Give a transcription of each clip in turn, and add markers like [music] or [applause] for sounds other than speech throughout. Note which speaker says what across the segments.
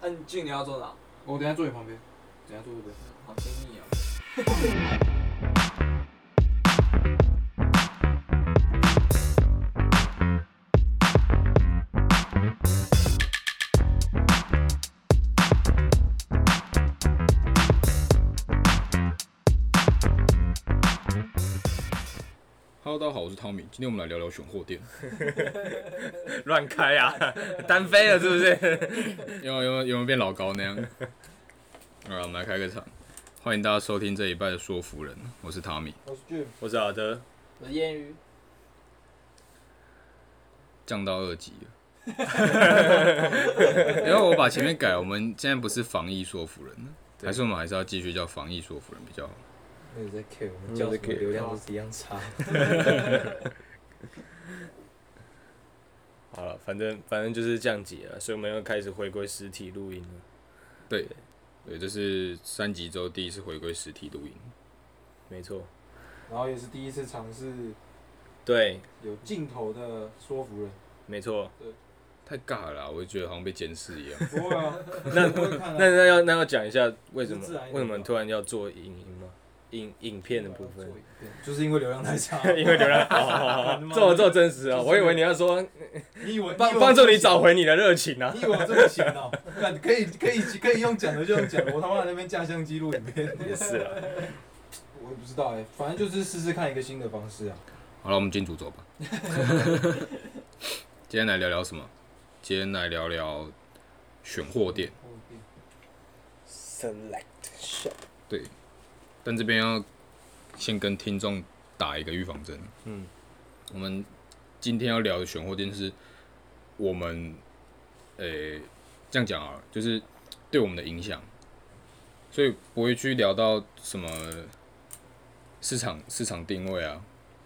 Speaker 1: 安静，你要坐哪？
Speaker 2: 我等下坐你旁边，等下坐这边。
Speaker 1: 好亲密哦。
Speaker 3: Hello，大家好，我是汤米，今天我们来聊聊选货店。
Speaker 4: [laughs] 乱开啊， [laughs] 单飞了是不是？
Speaker 3: [laughs] 有没有有没有有没有变老高
Speaker 4: [laughs]
Speaker 3: 那样？好了，我们来开个场，欢迎大家收听这一拜的说服人，我是汤米。
Speaker 2: 我是 Jim，
Speaker 4: 我是阿德，
Speaker 1: 我是谚语，
Speaker 3: 降到二级了。
Speaker 4: [laughs]
Speaker 3: 然后我把前面改，我们现在不是防疫说服人了，还是我们还是要继续叫防疫说服人比较好？
Speaker 5: 没有在 care，我们
Speaker 4: 没有
Speaker 5: 叫
Speaker 4: 在
Speaker 5: 什么
Speaker 4: care
Speaker 5: 流量都是一样差。
Speaker 4: 好了，反正反正就是降级了，啊所以我们要开始回归实体录音了。
Speaker 3: 对，对，这是三级之后第一次回归实体录音。
Speaker 4: 没错，
Speaker 2: 然后也是第一次尝试
Speaker 4: 对，
Speaker 2: 有镜头的说服人。
Speaker 4: 没错。
Speaker 3: 太尬了啦，啊我就觉得好像被监视一样。
Speaker 2: 不会啊，
Speaker 4: 那
Speaker 2: 不会看
Speaker 4: 那
Speaker 2: 啊。
Speaker 4: 那要那要讲一下为什么
Speaker 2: 就自然一点吧
Speaker 4: 为什么突然要做影音吗？影影片的部分，
Speaker 2: 对， [laughs] 就是因为流量太差。
Speaker 4: [laughs] 因为流量，好好好，哦这么这么真实啊！
Speaker 2: 就是
Speaker 4: 我以为你要说
Speaker 2: 你以为
Speaker 4: 帮帮助你找？回你的热情啊
Speaker 2: 你。以为我这么闲哦？ [laughs] 干可以可以可以用讲的就用讲，我他妈在那边架相机录影片，
Speaker 4: 也是啊，
Speaker 2: 我也不知道哎，反正就是试试看一个新的方式啊。
Speaker 3: 好了，我们进主轴吧。今天来聊聊什么？今天来聊聊选货店。
Speaker 5: Select shop，
Speaker 3: 但这边要先跟听众打一个预防针。
Speaker 4: 嗯，
Speaker 3: 我们今天要聊的选货店是我们，呃、这样讲啊，就是对我们的影响，所以不会去聊到什么市场市场定位啊，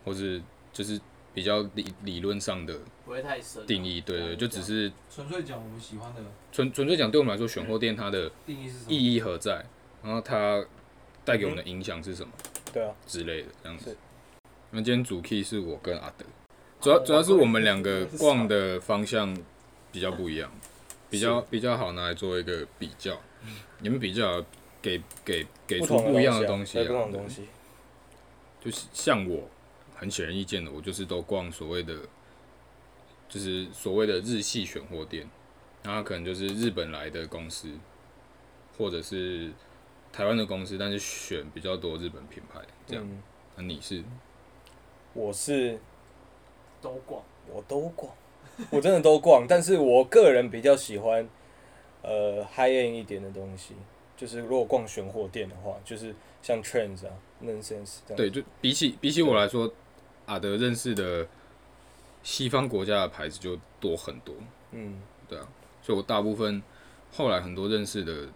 Speaker 3: 或是就是比较理理论上的
Speaker 1: 不会太深。啊
Speaker 3: 定义，对对，就只是
Speaker 2: 纯粹讲我们喜欢的
Speaker 3: 纯纯粹讲，对我们来说，选货店它的
Speaker 2: 定义是什么？
Speaker 3: 意义何在，然后它带给我们的影响是什么。
Speaker 4: 对啊，
Speaker 3: 之类的这样子
Speaker 4: 是。
Speaker 3: 那今天主 key 是我跟阿德，主要主要是我们两个逛的方向比较不一样，比较比较好拿来做一个比较。你们比较给给给出不一样的东西、啊，
Speaker 4: 对不同的东西，
Speaker 3: 就是像我很显而易见的，我就是都逛所谓的，就是所谓的日系选货店，然后可能就是日本来的公司，或者是台湾的公司，但是选比较多日本品牌这样。
Speaker 4: 嗯
Speaker 3: 那你是
Speaker 4: 我是
Speaker 1: 都逛，
Speaker 4: 我都逛， [laughs] 我真的都逛，但是我个人比较喜欢呃 high end 一点的东西，就是如果逛选货店的话，就是像 Trends 啊、Nonsense 这样。
Speaker 3: 对，，就比起比起我来说，阿德认识的西方国家的牌子就多很多，
Speaker 4: 嗯，
Speaker 3: 对啊，所以我大部分后来很多认识的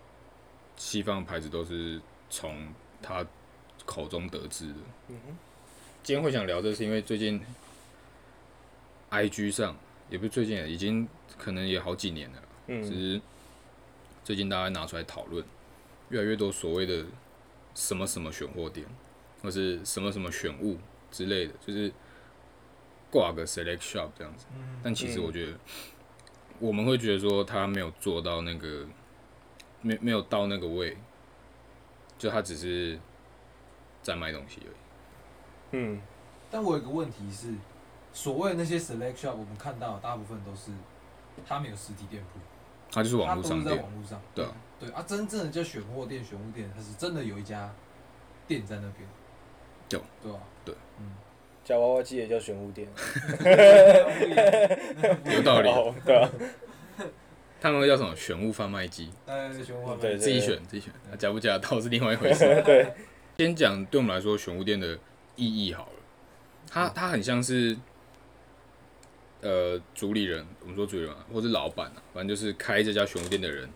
Speaker 3: 西方牌子都是从他口中得知的。
Speaker 4: 嗯哼
Speaker 3: 今天会想聊这是因为最近 IG 上也不是最近，已经可能也好几年了，只
Speaker 4: 嗯，
Speaker 3: 是最近大家拿出来讨论，越来越多所谓的什么什么选货点，或是什么什么选物之类的，就是挂个 select shop 这样子。
Speaker 2: 嗯，
Speaker 3: 但其实
Speaker 4: 嗯
Speaker 3: 我觉得，我们会觉得说他没有做到那个，没没有到那个位，就他只是在卖东西而已。
Speaker 4: 嗯，
Speaker 2: 但我有一个问题是，所谓那些 select shop，我们看到的大部分都是他没有实体店铺，
Speaker 3: 他就是
Speaker 2: 他
Speaker 3: 网
Speaker 2: 都
Speaker 3: 络
Speaker 2: 是
Speaker 3: 商
Speaker 2: 在
Speaker 3: 店，
Speaker 2: 网络上。
Speaker 3: 对啊，
Speaker 2: 对啊，真正的叫选货店、选物店，它是真的有一家店在那边。
Speaker 3: 有。
Speaker 2: 对啊。
Speaker 3: 对。
Speaker 2: 嗯。
Speaker 4: 夹娃娃机也叫选物店，
Speaker 3: 有道理。
Speaker 4: 哦，对
Speaker 2: [laughs]
Speaker 4: 啊，
Speaker 3: 他们叫什么选物贩卖机，
Speaker 2: 呃，选货
Speaker 4: 对
Speaker 2: 店。
Speaker 4: 对
Speaker 3: 自己选自己选，啊夹不夹得到是另外一回
Speaker 4: [laughs]
Speaker 3: 事。对，先讲对我们来说选物店的意义好了，它它很像是。呃，主理人，我们说主理人嘛，或是老板啊，反正就是开这家选物店的人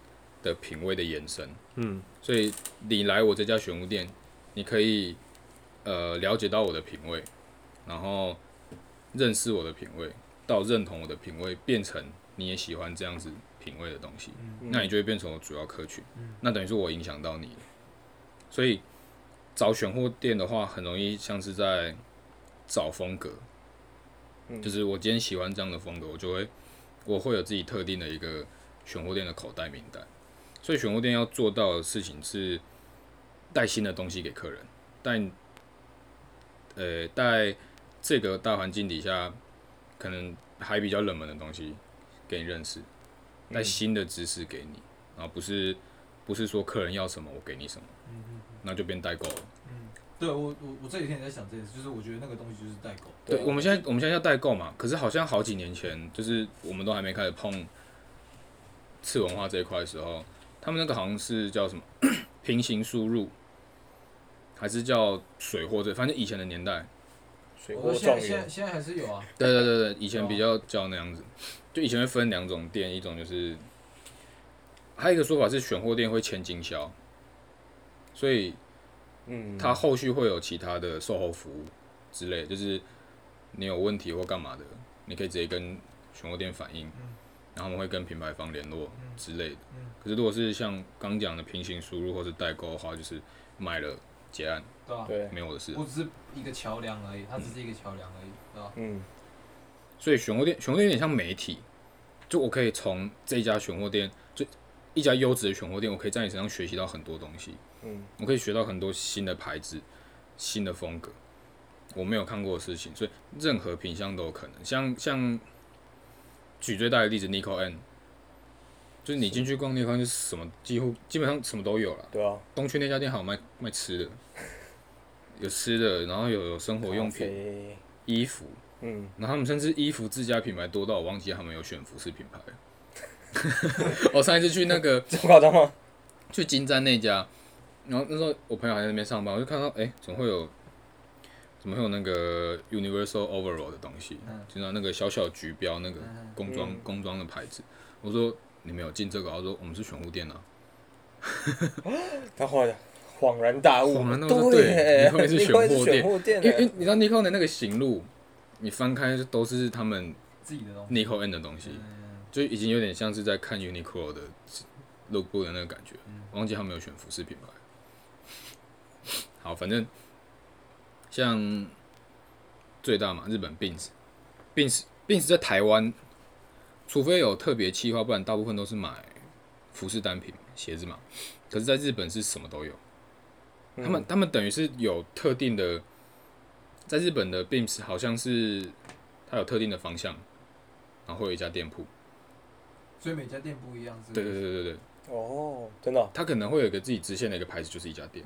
Speaker 3: 的品味的延伸。
Speaker 4: 嗯，
Speaker 3: 所以你来我这家玄武店，你可以呃了解到我的品味，然后认识我的品味，到认同我的品味，变成你也喜欢这样子品味的东西，
Speaker 2: 嗯
Speaker 3: 那你就会变成我主要客群。
Speaker 2: 嗯
Speaker 3: 那等于是我影响到你了，所以找选货店的话，很容易像是在找风格，
Speaker 4: 嗯
Speaker 3: 就是我今天喜欢这样的风格，我就会我会有自己特定的一个选货店的口袋名单。所以选货店要做到的事情是带新的东西给客人，带呃带这个大环境底下可能还比较冷门的东西给你认识，带新的知识给你，然后不是不是说客人要什么我给你什么，
Speaker 2: 嗯嗯嗯
Speaker 3: 那就变代购了。
Speaker 2: 嗯，对我我我这几天也在想这件事，就是我觉得那个东西就是代购，
Speaker 3: 对，
Speaker 4: 啊
Speaker 3: 我们现在我们现在要代购嘛，可是好像好几年前，就是我们都还没开始碰次文化这一块的时候，他们那个好像是叫什么 [coughs] 平行输入，还是叫水货这，反正以前的年代，
Speaker 4: 水
Speaker 2: 我
Speaker 4: 货
Speaker 2: 说现
Speaker 4: 状
Speaker 2: 在现
Speaker 4: 元
Speaker 2: 在，现在还是有啊，
Speaker 3: 对对对对，以前
Speaker 2: 哦
Speaker 3: 比较叫那样子，就以前会分两种店，一种就是，还有一个说法是选货店会签经销，所以
Speaker 4: 嗯，
Speaker 3: 它后续会有其他的售后服务之类，就是你有问题或干嘛的，你可以直接跟选货店反映，
Speaker 2: 嗯
Speaker 3: 然后他们会跟品牌方联络
Speaker 2: 嗯
Speaker 3: 之类的。
Speaker 2: 嗯
Speaker 3: 可是如果是像刚讲的平行输入或是代购的话，就是买了结案，
Speaker 2: 对吧？
Speaker 4: 对，
Speaker 3: 没有我的事。
Speaker 2: 我只是一个桥梁而已，它只是一个桥梁而已，对吧？
Speaker 4: 嗯，
Speaker 3: 所以选货店，选货店有点像媒体，就我可以从这家选货店，就一家优质的选货店，我可以在你身上学习到很多东西。
Speaker 4: 嗯，
Speaker 3: 我可以学到很多新的牌子、新的风格，我没有看过的事情，所以任何品相都有可能。像像举最大的例子，Nico N，就是你进去逛 Nico N，就是什么几乎基本上什么都有了。
Speaker 4: 对啊，
Speaker 3: 东区那家店还有卖卖吃的，有吃的，然后有有生活用
Speaker 4: 咖
Speaker 3: 品、
Speaker 4: 啡，
Speaker 3: 衣服，
Speaker 4: 嗯，
Speaker 3: 然后他们甚至衣服自家品牌多到我忘记他们有选服饰品牌 [laughs] 了。我上一次去那个
Speaker 4: 这么夸张吗？
Speaker 3: 去金山那家，然后那时候我朋友还在那边上班，我就看到哎、诶怎么会有，怎么会有那个 Universal Overall 的东西？
Speaker 2: 嗯
Speaker 3: 就那那个小小橘标那个
Speaker 2: 嗯
Speaker 3: 工装、
Speaker 4: 嗯
Speaker 3: 工装的牌子。我说你们有进这个啊？他说我们是选户店啊。
Speaker 4: 他后来恍然大悟，
Speaker 3: 恍然大悟说对
Speaker 4: 耶
Speaker 3: 你会是
Speaker 4: 你会是
Speaker 3: 选
Speaker 4: 选货店
Speaker 3: 因为因
Speaker 4: 的
Speaker 3: 为，你知道 Nikon 的那个行路，你翻开就都是他们
Speaker 2: 自己的东西，
Speaker 3: Nikon N 的东西，
Speaker 2: 嗯
Speaker 3: 就已经有点像是在看 Uniqlo 的 logo 的那个感觉。
Speaker 2: 嗯
Speaker 3: 忘记他们有选服饰品牌。 [laughs] 好，反正像最大嘛，日本 Bins，Bins Bins 在台湾，除非有特别企划，不然大部分都是买服饰单品、鞋子嘛。可是，在日本是什么都有，
Speaker 4: 嗯
Speaker 3: 他们他们等于是有特定的，在日本的 Bins 好像是它有特定的方向，然后会有一家店铺。
Speaker 2: 所以每家店不一样，是不
Speaker 3: 对
Speaker 2: 是
Speaker 3: 对对对对，
Speaker 4: 哦，真的哦
Speaker 3: 它可能会有一个自己支线的一个牌子，就是一家店，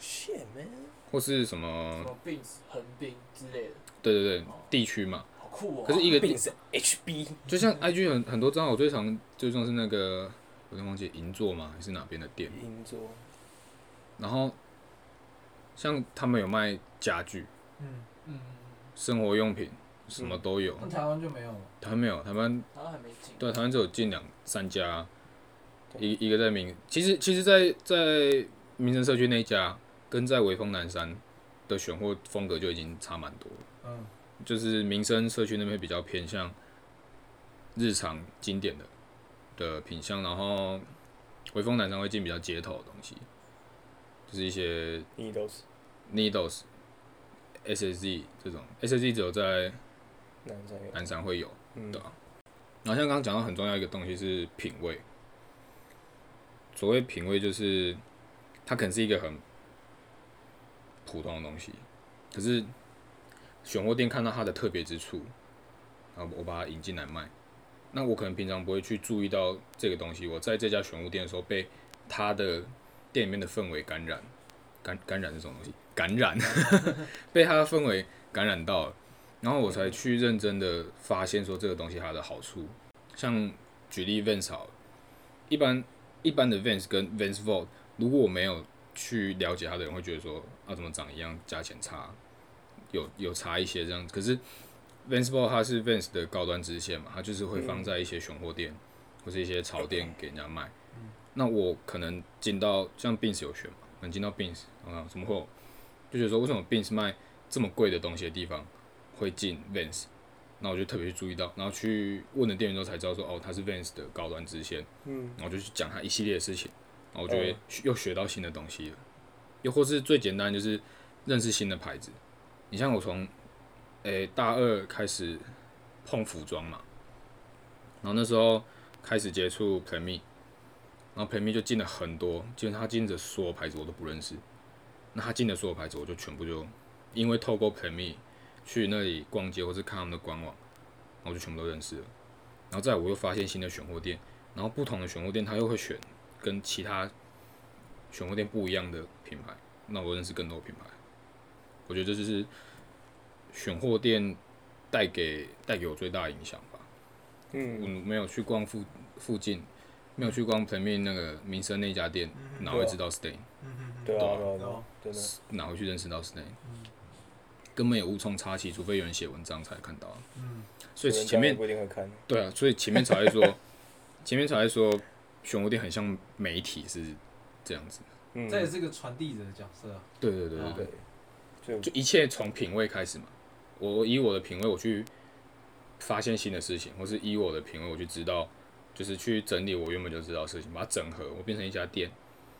Speaker 4: ，shit man，
Speaker 3: 或是什
Speaker 1: 什
Speaker 3: 么
Speaker 1: 么病横滨之类的，
Speaker 3: 对对对，地区嘛。
Speaker 1: 好酷哦。
Speaker 3: 可是一个地
Speaker 4: 并，是 HB，
Speaker 3: 就像 IG 很很多账号，我最常最重是那个，我都忘记银座嘛，还是哪边的店。
Speaker 4: 银座，
Speaker 3: 然后像他们有卖家具、
Speaker 2: 嗯，
Speaker 1: 嗯，
Speaker 3: 生活用品，什么都有。
Speaker 2: 那台湾就没有了，
Speaker 3: 台湾没有，台湾
Speaker 1: 然后还没进。
Speaker 3: 对
Speaker 4: 啊
Speaker 3: 台湾只有近两三家，一一个在民，其实其实在，在民生社区那一家，跟在潍坊南山的选货风格就已经差蛮多了。
Speaker 2: 嗯
Speaker 3: 就是民生社区那边比较偏向日常经典的的品相，然后微风南山会进比较街头的东西，就是一些
Speaker 4: 你都是
Speaker 3: needles、SSZ 这种，SSZ 只有在
Speaker 4: 南山有，
Speaker 3: 南山会有。
Speaker 4: 嗯
Speaker 3: 对，啊然后像刚刚讲到很重要一个东西是品味，所谓品味就是它可能是一个很普通的东西，可是选货店看到它的特别之处，然后我把它引进来卖，那我可能平常不会去注意到这个东西，我在这家选物店的时候被它的店里面的氛围感染，感感染是什么东西？感染， [laughs] 被它的氛围感染到了，然后我才去认真的发现说这个东西它的好处。像举例 Vans 好了，一般一般的 Vans 跟 Vans Vault，如果我没有去了解它的人会觉得说啊怎么长一样，价钱差，有有差一些这样子。可是 Vans Vault 它是 Vans 的高端支线嘛，它就是会放在一些选货店、或是一些潮店给人家卖。那我可能进到像 Bins 有选嘛，能进到 Bins 啊，怎么会有就觉得说为什么 Bins 卖这么贵的东西的地方会进 Vans？那我就特别去注意到，然后去问了店员之后才知道说，哦，它是 Vans 的高端支线，
Speaker 4: 嗯，
Speaker 3: 然后就去讲它一系列的事情，然后我就
Speaker 4: 嗯
Speaker 3: 会学又学到新的东西了。又或是最简单就是认识新的牌子，你像我从诶、大二开始碰服装嘛，然后那时候开始接触 Play Me，然后 Play Me 就进了很多，基本上他进的所有牌子我都不认识。那他进的所有牌子，我就全部就因为透过 Play Me 去那里逛街，或是看他们的官网，然后我就全部都认识了。然后再来我又发现新的选货店，然后不同的选货店他又会选跟其他选货店不一样的品牌，那我认识更多品牌。我觉得这就是选货店带给带给我最大的影响吧。我
Speaker 4: 嗯，
Speaker 3: 没有去逛附附近，没有去逛 Play Me 那个民生那家店，
Speaker 4: 嗯
Speaker 3: 哪会知道 Stain？
Speaker 4: 对
Speaker 3: 对
Speaker 4: 啊，
Speaker 3: 啊
Speaker 4: 对啊，对
Speaker 2: 嗯对
Speaker 4: 啊
Speaker 2: 啊，
Speaker 4: 真的，
Speaker 3: 哪会去认识到 Stain？根本也无从查起，除非有人写文章才看到。啊
Speaker 2: 嗯，
Speaker 3: 所以
Speaker 4: 有人
Speaker 3: 前面
Speaker 4: 家不一定会看。
Speaker 3: 对啊，所以前面才会 [laughs] 说，前面才会说，熊猫店很像媒体是这样子。
Speaker 4: 嗯，
Speaker 2: 这也是个传递者的角色啊。
Speaker 3: 对对对对对，
Speaker 4: 对，就
Speaker 3: 就一切从品味开始嘛。我以我的品味，我去发现新的事情，或是以我的品味，我去知道，就是去整理我原本就知道的事情，把它整合，我变成一家店。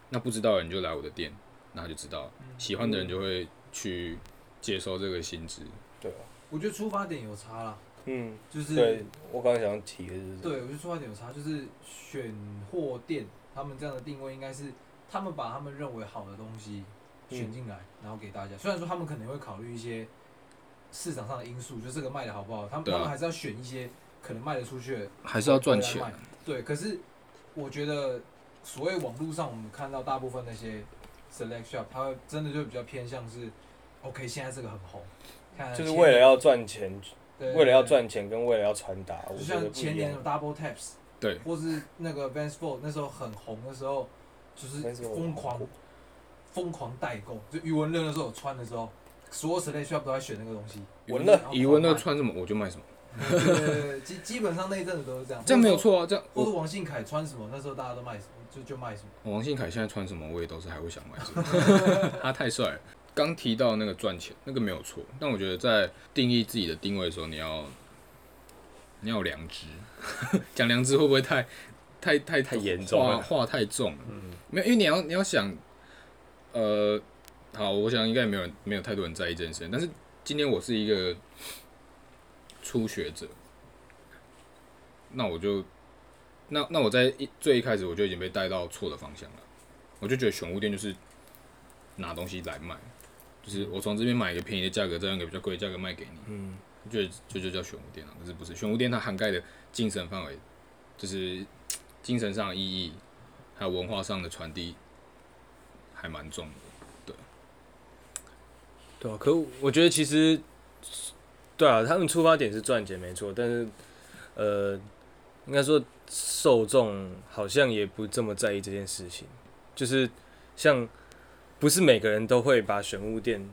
Speaker 3: 那不知道的人就来我的店，那他就知道了喜欢的人就会去接收这个薪资。
Speaker 4: 对啊，
Speaker 2: 我觉得出发点有差啦，
Speaker 4: 嗯，
Speaker 2: 就是
Speaker 4: 对啊嗯我刚刚想提的就是这个，
Speaker 2: 对，我觉得出发点有差，就是选货店他们这样的定位应该是他们把他们认为好的东西
Speaker 3: 嗯
Speaker 2: 选进来，然后给大家。虽然说他们可能会考虑一些市场上的因素，就这个卖的好不好，他们、
Speaker 3: 对啊
Speaker 2: 他们还是要选一些可能卖得出去的
Speaker 3: 还是要赚钱
Speaker 2: 回来卖对，可是我觉得所谓网络上我们看到大部分那些 select shop，它会真的就比较偏向是 OK，现在这个很红，看
Speaker 4: 就是
Speaker 2: 前
Speaker 4: 为了
Speaker 2: 年
Speaker 4: 要赚钱，
Speaker 2: 对
Speaker 4: 为了要赚钱跟为了要传
Speaker 3: 啊
Speaker 4: 达，我
Speaker 2: 就
Speaker 4: 觉
Speaker 2: 像
Speaker 4: 得不一
Speaker 2: 前年的
Speaker 4: 样。
Speaker 2: Double Taps，
Speaker 3: 对，
Speaker 2: 或是那个 Vans f o r 那时候很红的时候，就是
Speaker 4: 没错
Speaker 2: 疯狂疯狂代购，就余文乐那时候有穿的时候，所有 select shop 都在选那个东西。
Speaker 4: 文乐
Speaker 2: 然后
Speaker 3: 余文乐
Speaker 2: 狂卖，
Speaker 3: 穿什么我就卖什么，
Speaker 2: 对对对对基基本上那一阵子都是这样。
Speaker 3: 这样没有。错啊。这样
Speaker 2: 或
Speaker 3: 我
Speaker 2: 者王信凯穿什么，那时候大家都卖什么，就就卖什么。
Speaker 3: 王信凯现在穿什么，我也都是还会想买什么。
Speaker 4: [laughs]
Speaker 3: 他太帅了。刚提到那个赚钱，那个没有错，但我觉得在定义自己的定位的时候，你要你要有良知。 [laughs] 讲良知会不会太太太
Speaker 4: 太严重嗯了
Speaker 3: 话话太重了。没有，因为你要你要想，呃，好，我想应该也没有人没有太多人在意这件事，但是今天我是一个初学者，那我就那那我在一最一开始我就已经被带到错的方向了，我就觉得选物店就是拿东西来卖，就是我从这边买一个便宜的价格，再用一个比较贵的价格卖给你，
Speaker 4: 嗯，
Speaker 3: 就就就叫选物店啊，可是不是选物店，它涵盖的精神范围就是精神上的意义，还有文化上的传递，还蛮重的。
Speaker 4: 对啊，可我觉得其实，对啊，他们出发点是赚钱没错，但是，呃，应该说受众好像也不这么在意这件事情，就是像不是每个人都会把选物店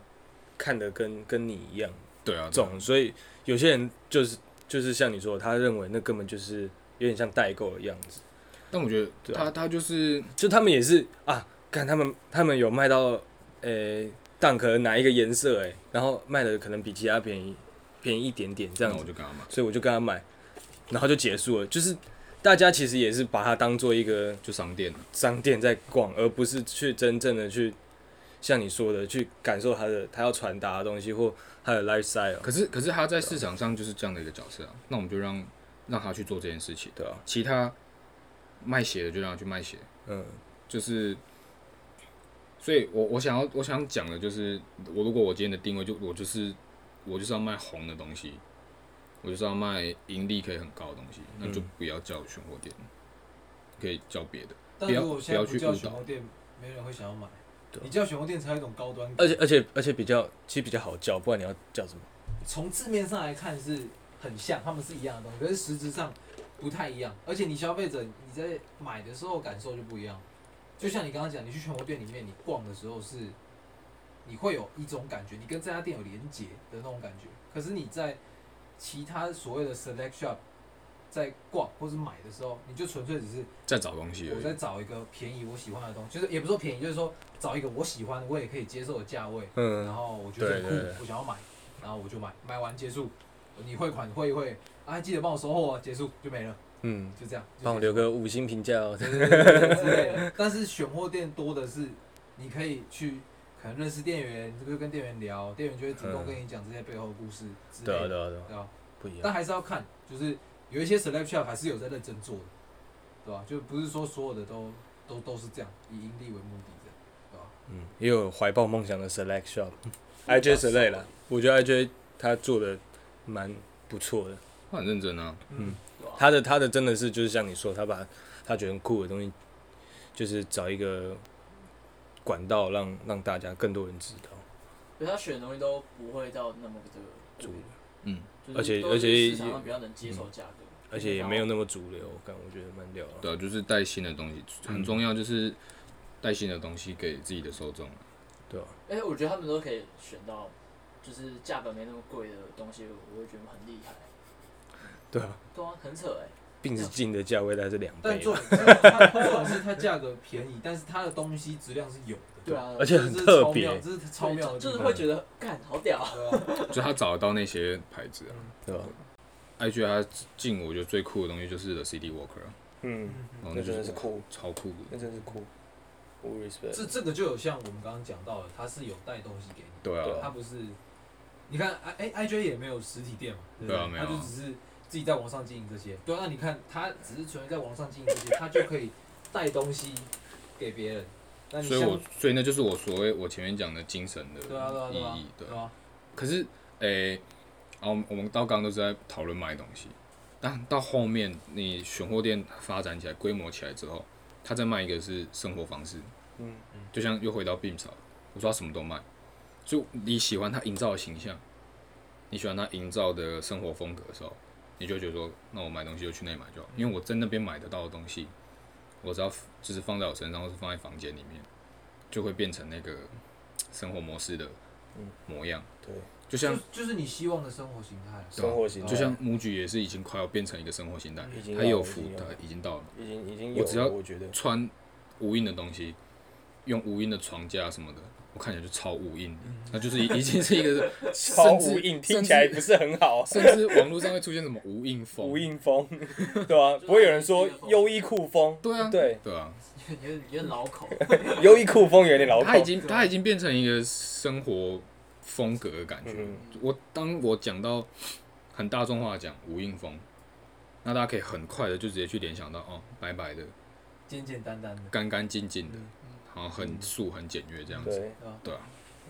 Speaker 4: 看得跟跟你一样
Speaker 3: 对啊，对啊
Speaker 4: 重，所以有些人就是就是像你说的，他认为那根本就是有点像代购的样子，
Speaker 3: 但我觉得
Speaker 4: 对啊
Speaker 3: 他他就是
Speaker 4: 就他们也是啊，看他们他们有卖到诶蛋壳哪一个颜色诶、哎然后卖的可能比其他便宜便宜一点点这样
Speaker 3: 那
Speaker 4: 子
Speaker 3: 我，就跟他买。
Speaker 4: 所以我就跟他买，然后就结束了。就是大家其实也是把它当做一个
Speaker 3: 就商店了。
Speaker 4: 商店在逛，而不是去真正的去像你说的去感受它的它要传达的东西或它的 lifestyle，
Speaker 3: 可是可是他在市场上就是这样的一个角色啊，那我们就让让他去做这件事情，
Speaker 4: 对啊，
Speaker 3: 其他卖鞋的就让他去卖鞋，
Speaker 4: 嗯
Speaker 3: 就是。所以我，我想要我想讲的就是，我如果我今天的定位就我就是我就是要卖红的东西，我就是要卖盈利可以很高的东西，那就
Speaker 4: 嗯
Speaker 3: 不要叫选货店，可以叫别的。
Speaker 2: 但
Speaker 3: 不要
Speaker 2: 如果现在
Speaker 3: 不要
Speaker 2: 不
Speaker 3: 去
Speaker 2: 叫
Speaker 3: 误
Speaker 2: 选
Speaker 3: 导
Speaker 2: 货店，没人会想要买
Speaker 4: 对。
Speaker 2: 你叫选货店才有一种高端感，
Speaker 4: 而且而且而且比较其实比较好叫，不然你要叫什么？
Speaker 2: 从字面上来看是很像，他们是一样的东西，可是实质上不太一样。而且你消费者你在买的时候感受就不一样。就像你刚刚讲，你去全国店里面你逛的时候是，你会有一种感觉，你跟这家店有连结的那种感觉。可是你在其他所谓的 select shop 在逛或是买的时候，你就纯粹只是
Speaker 3: 在找东西而
Speaker 2: 我在
Speaker 3: 已。
Speaker 2: 找一个便宜我喜欢的东西，就是也不是说便宜，就是说找一个我喜欢我也可以接受的价位。然
Speaker 4: 嗯，
Speaker 2: 后我觉得很酷
Speaker 4: 对对对，
Speaker 2: 我想要买，然后我就买，买完结束，你汇款汇一汇，啊，记得帮我收货啊，结束就没了，
Speaker 4: 嗯，
Speaker 2: 就这样。
Speaker 4: 帮我留个五星评价哦。
Speaker 2: 对对对对对之
Speaker 5: [laughs]
Speaker 2: 类的。但是选货店多的是，你可以去可能认识店员，你就跟店员聊，店员就会主动
Speaker 4: 嗯
Speaker 2: 跟你讲这些背后的故事之
Speaker 4: 对啊
Speaker 2: 类
Speaker 4: 对
Speaker 2: 的，
Speaker 4: 啊对啊，
Speaker 2: 对吧？
Speaker 4: 不一
Speaker 2: 但
Speaker 4: 样。
Speaker 2: 还是要看，就是有一些 select shop 还是有在认真做的，对吧？就不是说所有的都都都是这样，以盈利为目的这样，对吧？
Speaker 4: 嗯，也有怀抱梦想的 Select Shop，IJ Select 啦，我觉得 IJ 他做的蛮不错的，
Speaker 3: 他很认真啊，
Speaker 4: 嗯，
Speaker 1: 对吧？
Speaker 4: 他的他的真的是就是像你说，他把他觉得很酷的东西，就是找一个管道让让大家更多人知道，
Speaker 1: 可是他选的东西都不会到那么的
Speaker 4: 主流，
Speaker 3: 嗯，
Speaker 1: 就是
Speaker 4: 而且
Speaker 1: 都是
Speaker 4: 而且嗯
Speaker 1: 市场上比较能接受的价格，嗯
Speaker 4: 而且也没有那么主流，感我觉得蛮屌的。
Speaker 3: 对啊，就是带新的东西很重要，就是带新的东西给自己的受众。
Speaker 4: 啊
Speaker 1: 而且我觉得他们都可以选到，就是价格没那么贵的东西，我会觉得很厉害。
Speaker 4: 对啊，
Speaker 1: 对啊，很扯哎、
Speaker 4: 并是进的价位大概是两
Speaker 2: 但
Speaker 4: 倍
Speaker 2: 重
Speaker 4: 嘛，
Speaker 2: 点是它重点是它价格便宜，但是它的东西质量是有的，
Speaker 1: 对，啊，
Speaker 4: 而且
Speaker 2: 这
Speaker 4: 很
Speaker 2: 是
Speaker 4: 特
Speaker 2: 超
Speaker 4: 别
Speaker 2: 妙，这是超妙的地
Speaker 1: 就
Speaker 2: 方，
Speaker 1: 是会觉得干好屌啊，
Speaker 2: 对啊
Speaker 3: 就他找得到那些牌子啊。
Speaker 4: 对吧？
Speaker 3: IG 他进我觉得最酷的东西就是 The City Walker，啊
Speaker 4: 嗯，
Speaker 3: 然后
Speaker 4: 那
Speaker 3: 就
Speaker 4: 真的是酷，
Speaker 3: 超酷
Speaker 4: 那
Speaker 3: 的，
Speaker 4: 真的是酷，我 respect。
Speaker 2: 这这个就有像我们刚刚讲到的，它是有带东西给你，
Speaker 3: 对
Speaker 4: 对
Speaker 3: 啊，
Speaker 2: 它不是，你看哎 I I I J 也没有实体店嘛，对不
Speaker 3: 对啊，没有
Speaker 2: 它就
Speaker 3: 啊
Speaker 2: 只是自己在网上经营这些，对啊，那你看它只是纯粹在网上经营这些，它就可以带东西给别人，那你
Speaker 3: 所以
Speaker 2: 像
Speaker 3: 我所以那就是我所谓我前面讲的精神的
Speaker 2: 对啊对啊
Speaker 3: 意
Speaker 2: 对啊
Speaker 3: 义，对
Speaker 2: 对。啊，
Speaker 3: 可是，诶、啊，我们我们到刚刚都是在讨论卖东西，但到后面你选货店发展起来、规模起来之后，他再卖一个是生活方式，
Speaker 4: 嗯，
Speaker 3: 就像又回到 Beam 潮，我说他什么都卖，就你喜欢他营造的形象，你喜欢他营造的生活风格的时候，你就会觉得说，那我买东西就去那里买就好，因为我在那边买得到的东西，我只要就是放在我身上，或是放在房间里面，就会变成那个生活模式的
Speaker 4: 嗯
Speaker 3: 模样，
Speaker 4: 对，
Speaker 3: 就像
Speaker 2: 就就是你希望的生活形态，
Speaker 3: 对啊
Speaker 4: 生活形态
Speaker 3: 就像木具也是已经快要变成一个生活形态，
Speaker 4: 已经
Speaker 3: 它
Speaker 4: 到
Speaker 3: 也有
Speaker 4: 了
Speaker 3: 福
Speaker 4: 已经，
Speaker 3: 它
Speaker 4: 到了
Speaker 3: 已经到了。
Speaker 4: 已经已经
Speaker 3: 我
Speaker 4: 有
Speaker 3: 只要
Speaker 4: 了，我觉得
Speaker 3: 穿无印的东西，用无印的床架什么的，我看起来就超无印的，那就是已已经是一 [laughs] 个甚
Speaker 4: 超
Speaker 3: 至
Speaker 4: 无印听起来不是很好，
Speaker 3: 甚至甚至网络上会出现什么无印风，
Speaker 4: 无印风， [laughs] 对啊，不会有人说优衣库风，
Speaker 3: 对啊，
Speaker 4: 对，
Speaker 3: 对啊，
Speaker 1: [laughs] 有点有点老口。
Speaker 4: [laughs]
Speaker 1: 嗯
Speaker 4: 优衣库风有点老
Speaker 3: 它已
Speaker 4: 口，
Speaker 3: 经它已经变成一个生活风格的感觉。
Speaker 4: 嗯
Speaker 3: 我当我讲到很大众化讲无印风，那大家可以很快的就直接去联想到哦，白白的、
Speaker 2: 简简单单的，
Speaker 3: 干干净净的，
Speaker 4: 嗯
Speaker 3: 然后很素、很简约这样子。
Speaker 4: 对，
Speaker 2: 对吧？
Speaker 3: 对啊，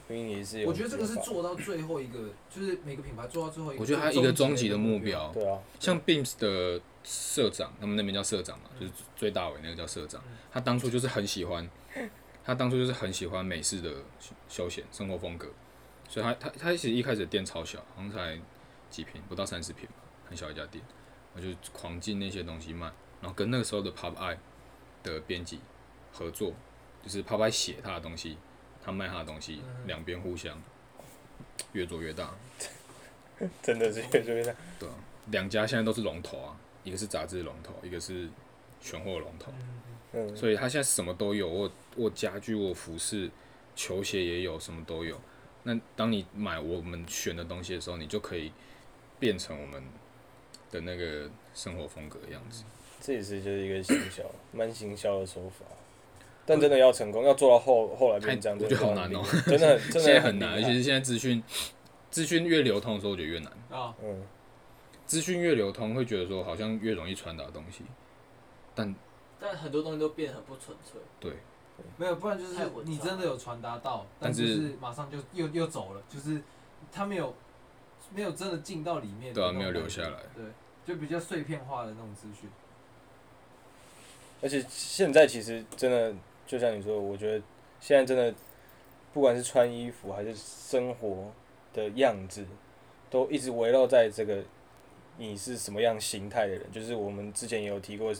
Speaker 4: 无印也是有，
Speaker 2: 我觉得这个是，做到最后一个，就是每个品牌做到最后一个，
Speaker 3: 我觉得它一个终极的目
Speaker 2: 目
Speaker 3: 标，
Speaker 4: 对啊，
Speaker 3: 像 Beams 的社长，他们那边叫社长嘛，就是最大尾那个叫社长，他当初就是很喜欢，他当初就是很喜欢美式的休休闲生活风格，所以他他他其实一开始店超小，好像才几平，不到三十平吧，很小一家店，我就狂进那些东西卖，然后跟那个时候的 Pop Eye 的编辑合作，就是 Pop Eye 写他的东西，他卖他的东西，两边互相越做越大，
Speaker 4: 真的是越做越大，
Speaker 3: 对啊，两家现在都是龙头啊，一个是杂志龙头，一个是选货龙头，
Speaker 4: 嗯，
Speaker 3: 所以他现在什么都有，我我家具、我服饰、球鞋也有，什么都有。那当你买我们选的东西的时候，你就可以变成我们的那个生活风格的样子。
Speaker 4: 这也是就是一个行销，蛮行销的手法。但真的要成功，要做到后后来变这样，
Speaker 3: 太
Speaker 4: 真的
Speaker 3: 我觉得好难哦
Speaker 4: 很厉害真的很
Speaker 3: [laughs]
Speaker 4: 真
Speaker 3: 现在
Speaker 4: 的
Speaker 3: 很
Speaker 4: 厉
Speaker 3: 难，
Speaker 4: 害
Speaker 3: 尤其是现在资讯资讯越流通的时候，我觉得越难。
Speaker 2: 啊，
Speaker 4: 嗯，
Speaker 3: 资讯越流通，会觉得说好像越容易传达东西，但
Speaker 1: 但很多东西都变得很不纯粹，
Speaker 3: 对，
Speaker 2: 没有，不然就是
Speaker 1: 太稳
Speaker 2: 你
Speaker 1: 扎
Speaker 2: 真的有传达到，
Speaker 3: 但
Speaker 2: 但
Speaker 3: 是
Speaker 2: 就是马上就又又走了，就是他没有没有真的进到里面，
Speaker 3: 对啊
Speaker 2: 那种
Speaker 3: 没有留
Speaker 2: 感觉
Speaker 3: 下来
Speaker 2: 对，就比较碎片化的那种资讯，
Speaker 4: 而且现在其实真的，就像你说的，我觉得现在真的，不管是穿衣服还是生活的样子，都一直围绕在这个你是什么样形态的人。就是我们之前也有提过，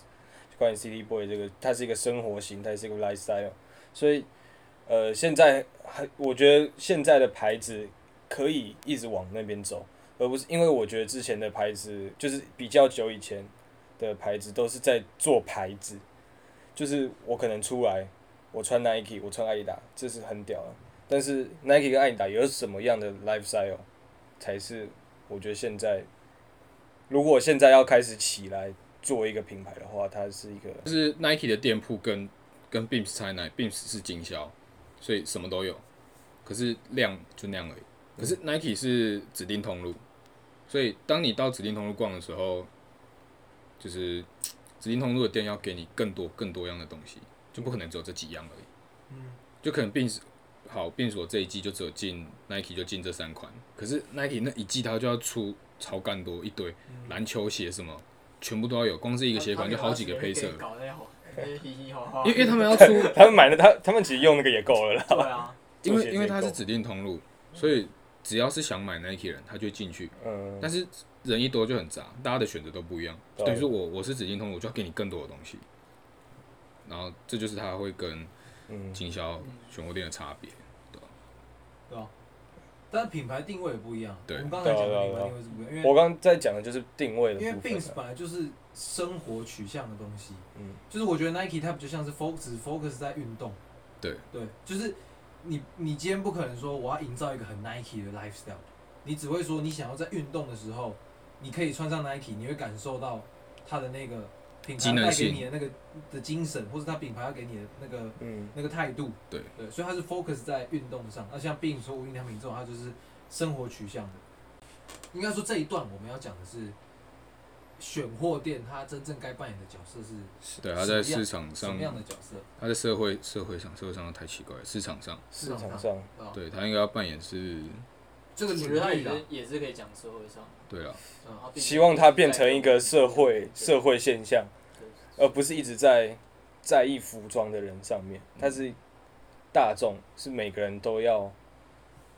Speaker 4: 关于 City Boy 这个，它是一个生活形态，是一个 lifestyle。所以，呃，现在还我觉得现在的牌子可以一直往那边走，而不是因为我觉得之前的牌子就是比较久以前的牌子都是在做牌子。就是我可能出来，我穿 Nike，我穿艾迪达，这是很屌的。但是 Nike 跟艾迪达有什么样的 lifestyle 才是我觉得现在，如果现在要开始起来做一个品牌的话，它是一个 [laughs]
Speaker 3: 就是 Nike 的店铺跟跟 Beams 差哪？Beams 是经销，所以什么都有，可是量就那样而已。可是 Nike 是指定通路，所以当你到指定通路逛的时候，就是指定通路的店要给你更多更多样的东西，就就不可能只有这几样而已。
Speaker 2: 嗯，
Speaker 3: 就可能变好变所这一季就只有进 Nike 就进这三款，可是 Nike 那一季它就要出超干多一堆篮球鞋什么，全部都要嗯哦有，光是一个鞋款就好几个配
Speaker 1: 他
Speaker 3: 色
Speaker 1: 们，搞
Speaker 4: [laughs]
Speaker 1: 得好，那些嘻嘻哈
Speaker 2: 哦
Speaker 1: 哈。
Speaker 3: 因为因为他们
Speaker 2: [laughs]
Speaker 3: 要出，
Speaker 4: 他们买的，他他们其实用那个也够了啦。
Speaker 1: 对
Speaker 4: [laughs]
Speaker 1: 啊，
Speaker 3: 因
Speaker 4: 做鞋
Speaker 3: 为因为
Speaker 4: 也
Speaker 3: 它
Speaker 4: 够
Speaker 3: 是指定通路，所以只要是想买 Nike 的人，他就进去。
Speaker 4: 嗯，
Speaker 3: 但是人一多就很杂，大家的选择都不一样。
Speaker 4: 对
Speaker 3: 等于说我我是指定通路，我就要给你更多的东西。然后这就是它会跟
Speaker 4: 嗯，
Speaker 3: 经销选货店的差别。
Speaker 2: 对吧？但是品牌定位也不一样，
Speaker 3: 对
Speaker 2: 我们刚才讲
Speaker 4: 对
Speaker 2: 的
Speaker 4: 啊
Speaker 2: 品
Speaker 4: 对啊
Speaker 2: 牌定位是不一样，因为
Speaker 4: 我刚刚在讲的就是定位的
Speaker 2: 因为
Speaker 4: 部
Speaker 2: b i n s
Speaker 4: 分啊。
Speaker 2: 本来就是生活取向的东西，
Speaker 4: 嗯，
Speaker 2: 就是我觉得 Nike 它比较像是 focus focus 在运动，
Speaker 3: 对
Speaker 2: 对，就是你你今天不可能说我要营造一个很 Nike 的 lifestyle，你只会说你想要在运动的时候，你可以穿上 Nike，你会感受到它的那个品
Speaker 3: 机
Speaker 2: 牌
Speaker 3: 能
Speaker 2: 带给
Speaker 3: 性
Speaker 2: 你的那个的精神，或是它品牌要给你的那个
Speaker 4: 嗯，
Speaker 2: 那个态度，
Speaker 3: 对
Speaker 2: 对，所以它是 focus 在运动上。那像 b i n 说无印良品这种，它就是生活取向的。应该说这一段我们要讲的是选货店它真正该扮演的角色嗯是
Speaker 3: 对，
Speaker 2: 什
Speaker 3: 它
Speaker 2: 么
Speaker 3: 在
Speaker 2: 样
Speaker 3: 市场
Speaker 2: 什
Speaker 3: 上
Speaker 2: 么，样的角色？
Speaker 3: 它在社会社会上，社会上太奇怪了，市场上，
Speaker 4: 市场
Speaker 2: 上，
Speaker 4: 上，
Speaker 2: 对吧？
Speaker 3: 对它应该要扮演是，
Speaker 2: 这个
Speaker 1: 我
Speaker 2: 领
Speaker 1: 觉得他
Speaker 2: 域
Speaker 1: 也
Speaker 2: 啦
Speaker 1: 是，也是可以讲社会上，
Speaker 3: 对啊了，
Speaker 1: 嗯，他毕竟
Speaker 4: 希望它变成一个社会社呃会现象，
Speaker 1: 对
Speaker 4: 而不是一直在在意服装的人上面。它是大众，是每个人都要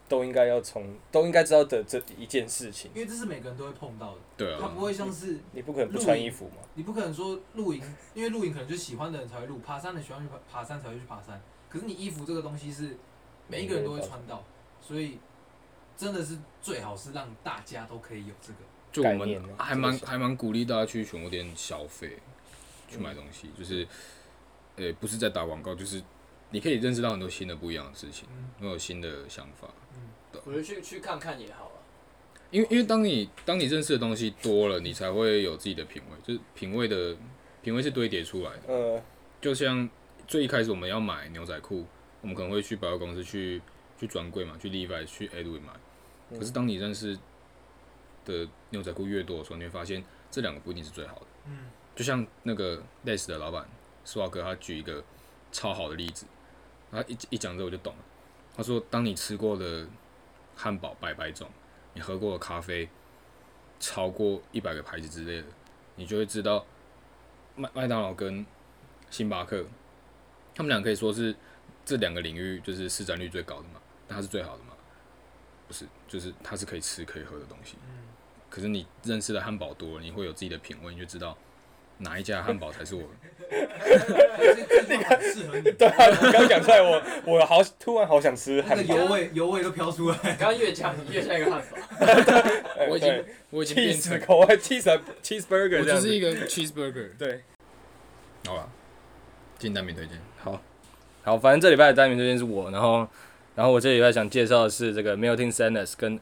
Speaker 4: 都应该要从都应该知道的这一件事情。
Speaker 2: 因为这是每个人都会碰到的，
Speaker 3: 对
Speaker 2: 它
Speaker 3: 啊
Speaker 2: 不，会像是
Speaker 4: 你不可能不穿衣服嘛？
Speaker 2: 你不可能说露营，因为露营可能就喜欢的人才会露，爬山的喜欢去爬爬山才会去爬山。可是你衣服这个东西是每一个人都会穿到，所以真的是最好是让大家都可以有这个。
Speaker 3: 就我
Speaker 4: 概念
Speaker 3: 们
Speaker 4: 嘛
Speaker 3: 还
Speaker 4: 这个
Speaker 3: 蛮
Speaker 4: 是
Speaker 3: 还蛮鼓励大家去选货店消费，去买东
Speaker 4: 嗯
Speaker 3: 西，就是，呃，不是在打广告，就是你可以认识到很多新的不一样的事情，
Speaker 2: 嗯
Speaker 3: 会有新的想法。
Speaker 1: 我觉得去去看看也好啊。
Speaker 3: 因为因为当你当你认识的东西多了，你才会有自己的品味，就是品味的品味是堆叠出来的。
Speaker 4: 呃，
Speaker 3: 就像最一开始我们要买牛仔裤，我们可能会去百货公司去去专柜嘛，去 Levi 去 Edwin 买。
Speaker 4: 嗯
Speaker 3: 可是当你认识的牛仔裤越多的时候，你会发现这两个不一定是最好的。
Speaker 2: 嗯，
Speaker 3: 就像那个 Lace 的老板施瓦格，他举一个超好的例子，他一一讲之后我就懂了。他说，当你吃过的汉堡百百种，你喝过的咖啡超过一百个牌子之类的，你就会知道麦麦当劳跟星巴克，他们俩可以说是这两个领域就是市占率最高的嘛，但它是最好的嘛？不是，就是它是可以吃可以喝的东西。
Speaker 4: 嗯
Speaker 3: 可是你认识的汉堡多了，你会有自己的品味，你就知道哪一家汉堡才是我。
Speaker 4: [laughs]
Speaker 2: 这这句话很适合你，
Speaker 4: 对啊，你刚讲出来我，我好突然好想吃
Speaker 2: 那
Speaker 4: 汉
Speaker 2: 个
Speaker 4: 堡，
Speaker 2: 油味油味都飘出来。
Speaker 1: 刚刚越讲越像一个汉
Speaker 4: [laughs]
Speaker 1: 堡，
Speaker 4: 哎
Speaker 3: 我已经
Speaker 4: 对
Speaker 3: 我已经变成
Speaker 4: ，cheese 口味，cheese cheese burger
Speaker 3: 我
Speaker 4: 这
Speaker 3: 就
Speaker 4: 样
Speaker 3: 是一
Speaker 4: 子。
Speaker 3: [laughs] 个 cheeseburger。
Speaker 4: 对，
Speaker 3: 好啊吧，进单品推荐。
Speaker 4: 好，好，反正这礼拜的单元推荐是我，然后，然后我这礼拜想介绍的是这个 Melting Sadness 跟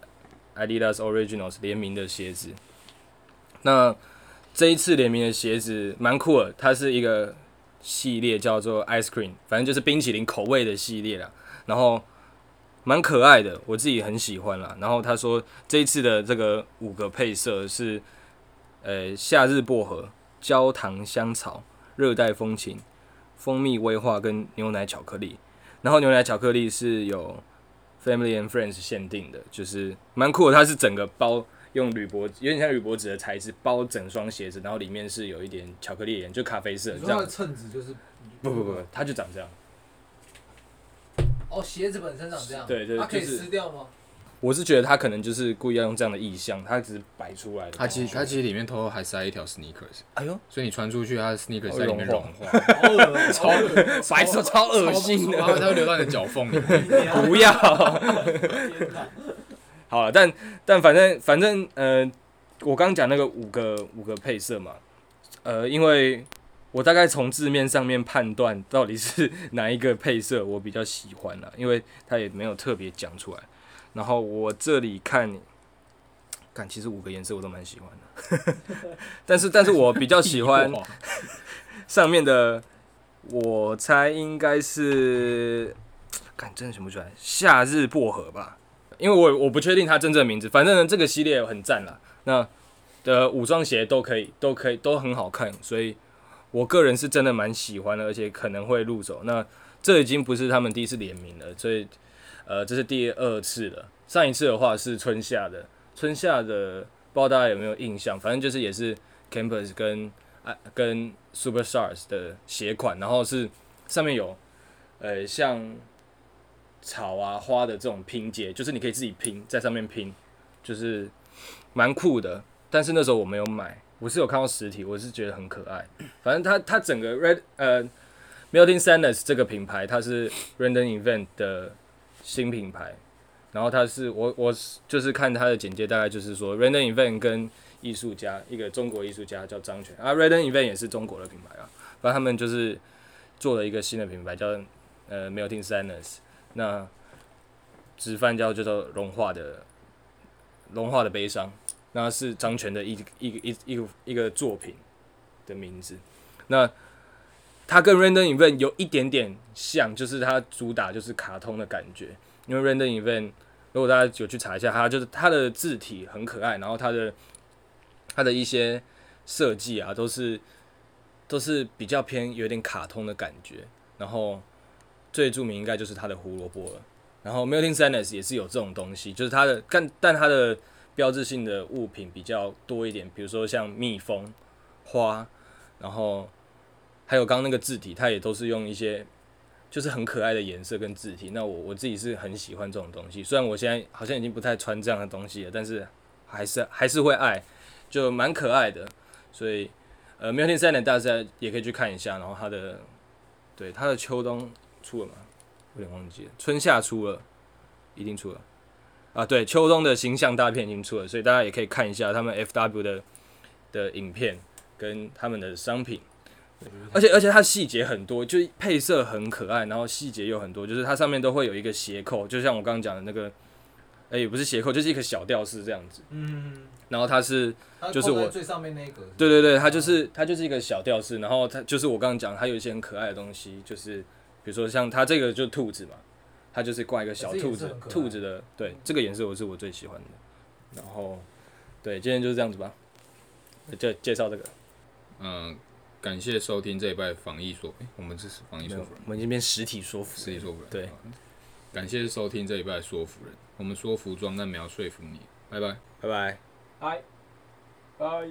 Speaker 4: Adidas Originals 联名的鞋子。那这一次联名的鞋子蛮酷的，它是一个系列叫做 Ice Cream，反正就是冰淇淋口味的系列啦。然后蛮可爱的，我自己很喜欢啦。然后他说这一次的这个五个配色是，呃，夏日薄荷、焦糖香草、热带风情。蜂蜜威化跟牛奶巧克力，然后牛奶巧克力是有 Family and Friends 限定的，就是蛮酷的。它是整个包用铝箔，有点像铝箔纸的材质包整双鞋子，然后里面是有一点巧克力颜，就咖啡色
Speaker 2: 你
Speaker 4: 这
Speaker 2: 说它
Speaker 4: 样
Speaker 2: 的。衬子就是
Speaker 4: 不不不，不它就长这样。
Speaker 2: 哦，鞋子本身长这样，啊
Speaker 4: 对对
Speaker 2: 它可以
Speaker 4: 就是
Speaker 2: 撕掉吗？
Speaker 4: 我是觉得他可能就是故意要用这样的意象，他只是摆出来的。
Speaker 3: 它其实它其实里面偷偷还塞一条 sneakers，
Speaker 4: 哎呦，
Speaker 3: 所以你穿出去，它的 sneakers 在里面
Speaker 4: 融
Speaker 3: 融
Speaker 4: 化
Speaker 3: 化，
Speaker 4: [laughs]
Speaker 2: 好恶哦
Speaker 3: 超
Speaker 4: 白色超恶心
Speaker 3: 然后 [laughs]
Speaker 4: 的，
Speaker 3: 它会流到你的脚缝里。
Speaker 4: 不要。 [laughs] 好了，但但反正反正呃，我刚讲那个五个五个配色嘛，呃，因为我大概从字面上面判断到底是 [laughs] 哪一个配色我比较喜欢啊了，因为它也没有特别讲出来。然后我这里看，看其实五个颜色我都蛮喜欢的， [laughs] 但是但是我比较喜欢上面的，我猜应该是，看真的想不出来，夏日薄荷吧，因为我我不确定它真正的名字，反正呢这个系呃列很赞啦。那的五双鞋都可以，都可以，都很好看，所以我个人是真的蛮喜欢的，而且可能会入手。那这已经不是他们第一次联名了，所以呃，这是第二次了。上一次的话是春夏的，春夏的不知道大家有没有印象，反正就是也是 Campus 跟啊跟 Super Stars 的鞋款，然后是上面有呃像草啊花的这种拼接，就是你可以自己拼在上面拼，就是蛮酷的。但是那时候我没有买，我是有看到实体，我是觉得很可爱。反正它它整个 Red 呃 Melting Sadness 这个品牌，它是 Random Event 的新品牌，然后它是我我是就是看它的简介，大概就是说 Random Event 跟艺术家一个中国艺术家叫张全啊，Random Event 也是中国的品牌啊，反正他们就是做了一个新的品牌叫呃 Melting Sadness，那直翻叫叫做融化的融化的悲伤。那是张全的一一个一一个一个作品的名字。那它跟 Random Event 有一点点像，就是它主打就是卡通的感觉。因为 Random Event 如果大家有去查一下，它就是它的字体很可爱，然后它的它的一些设计啊，都是都是比较偏有点卡通的感觉。然后最著名应该就是它的胡萝卜了。然后 Melting Sadness 也是有这种东西，就是它的但但它的标志性的物品比较多一点，比如说像蜜蜂、花，然后还有刚刚那个字体，它也都是用一些就是很可爱的颜色跟字体。那我我自己是很喜欢这种东西，虽然我现在好像已经不太穿这样的东西了，但是还是还是会爱，就蛮可爱的。所以呃，Melting s a n d 大家也可以去看一下，然后它的对它的秋冬出了吗？有点忘记了，春夏出了，一定出了。啊，对，秋冬的形象大片已经出了，所以大家也可以看一下他们 FW 的的影片跟他们的商品，而且而且它细节很多，就是配色很可爱，然后细节又很多，就是它上面都会有一个斜扣，就像我刚刚讲的那个，哎、也不是斜扣，就是一个小吊饰这样子，
Speaker 2: 嗯，
Speaker 4: 然后它是
Speaker 2: 它
Speaker 4: 就是
Speaker 2: 扣在
Speaker 4: 我
Speaker 2: 最上面那一格，
Speaker 4: 对对对，它就是它就是一个小吊饰，然后它就是我刚刚讲，它有一些很可爱的东西，就是比如说像它这个就兔子嘛，它就是挂一个小
Speaker 2: 这
Speaker 4: 兔
Speaker 2: 颜色
Speaker 4: 子
Speaker 2: 很，可爱
Speaker 4: 兔子的对，这个颜色我是我最喜欢的。然后对，今天就是这样子吧，就介绍这个。
Speaker 3: 嗯，感谢收听这一拜防疫说，诶我们这是防疫说服人，
Speaker 4: 我们这边实体说服
Speaker 3: 实体说服人。
Speaker 4: 对
Speaker 3: 好，感谢收听这一拜说服人，我们说服装，但没有说服你。拜拜。
Speaker 4: 拜拜。
Speaker 2: 哎。
Speaker 1: 拜。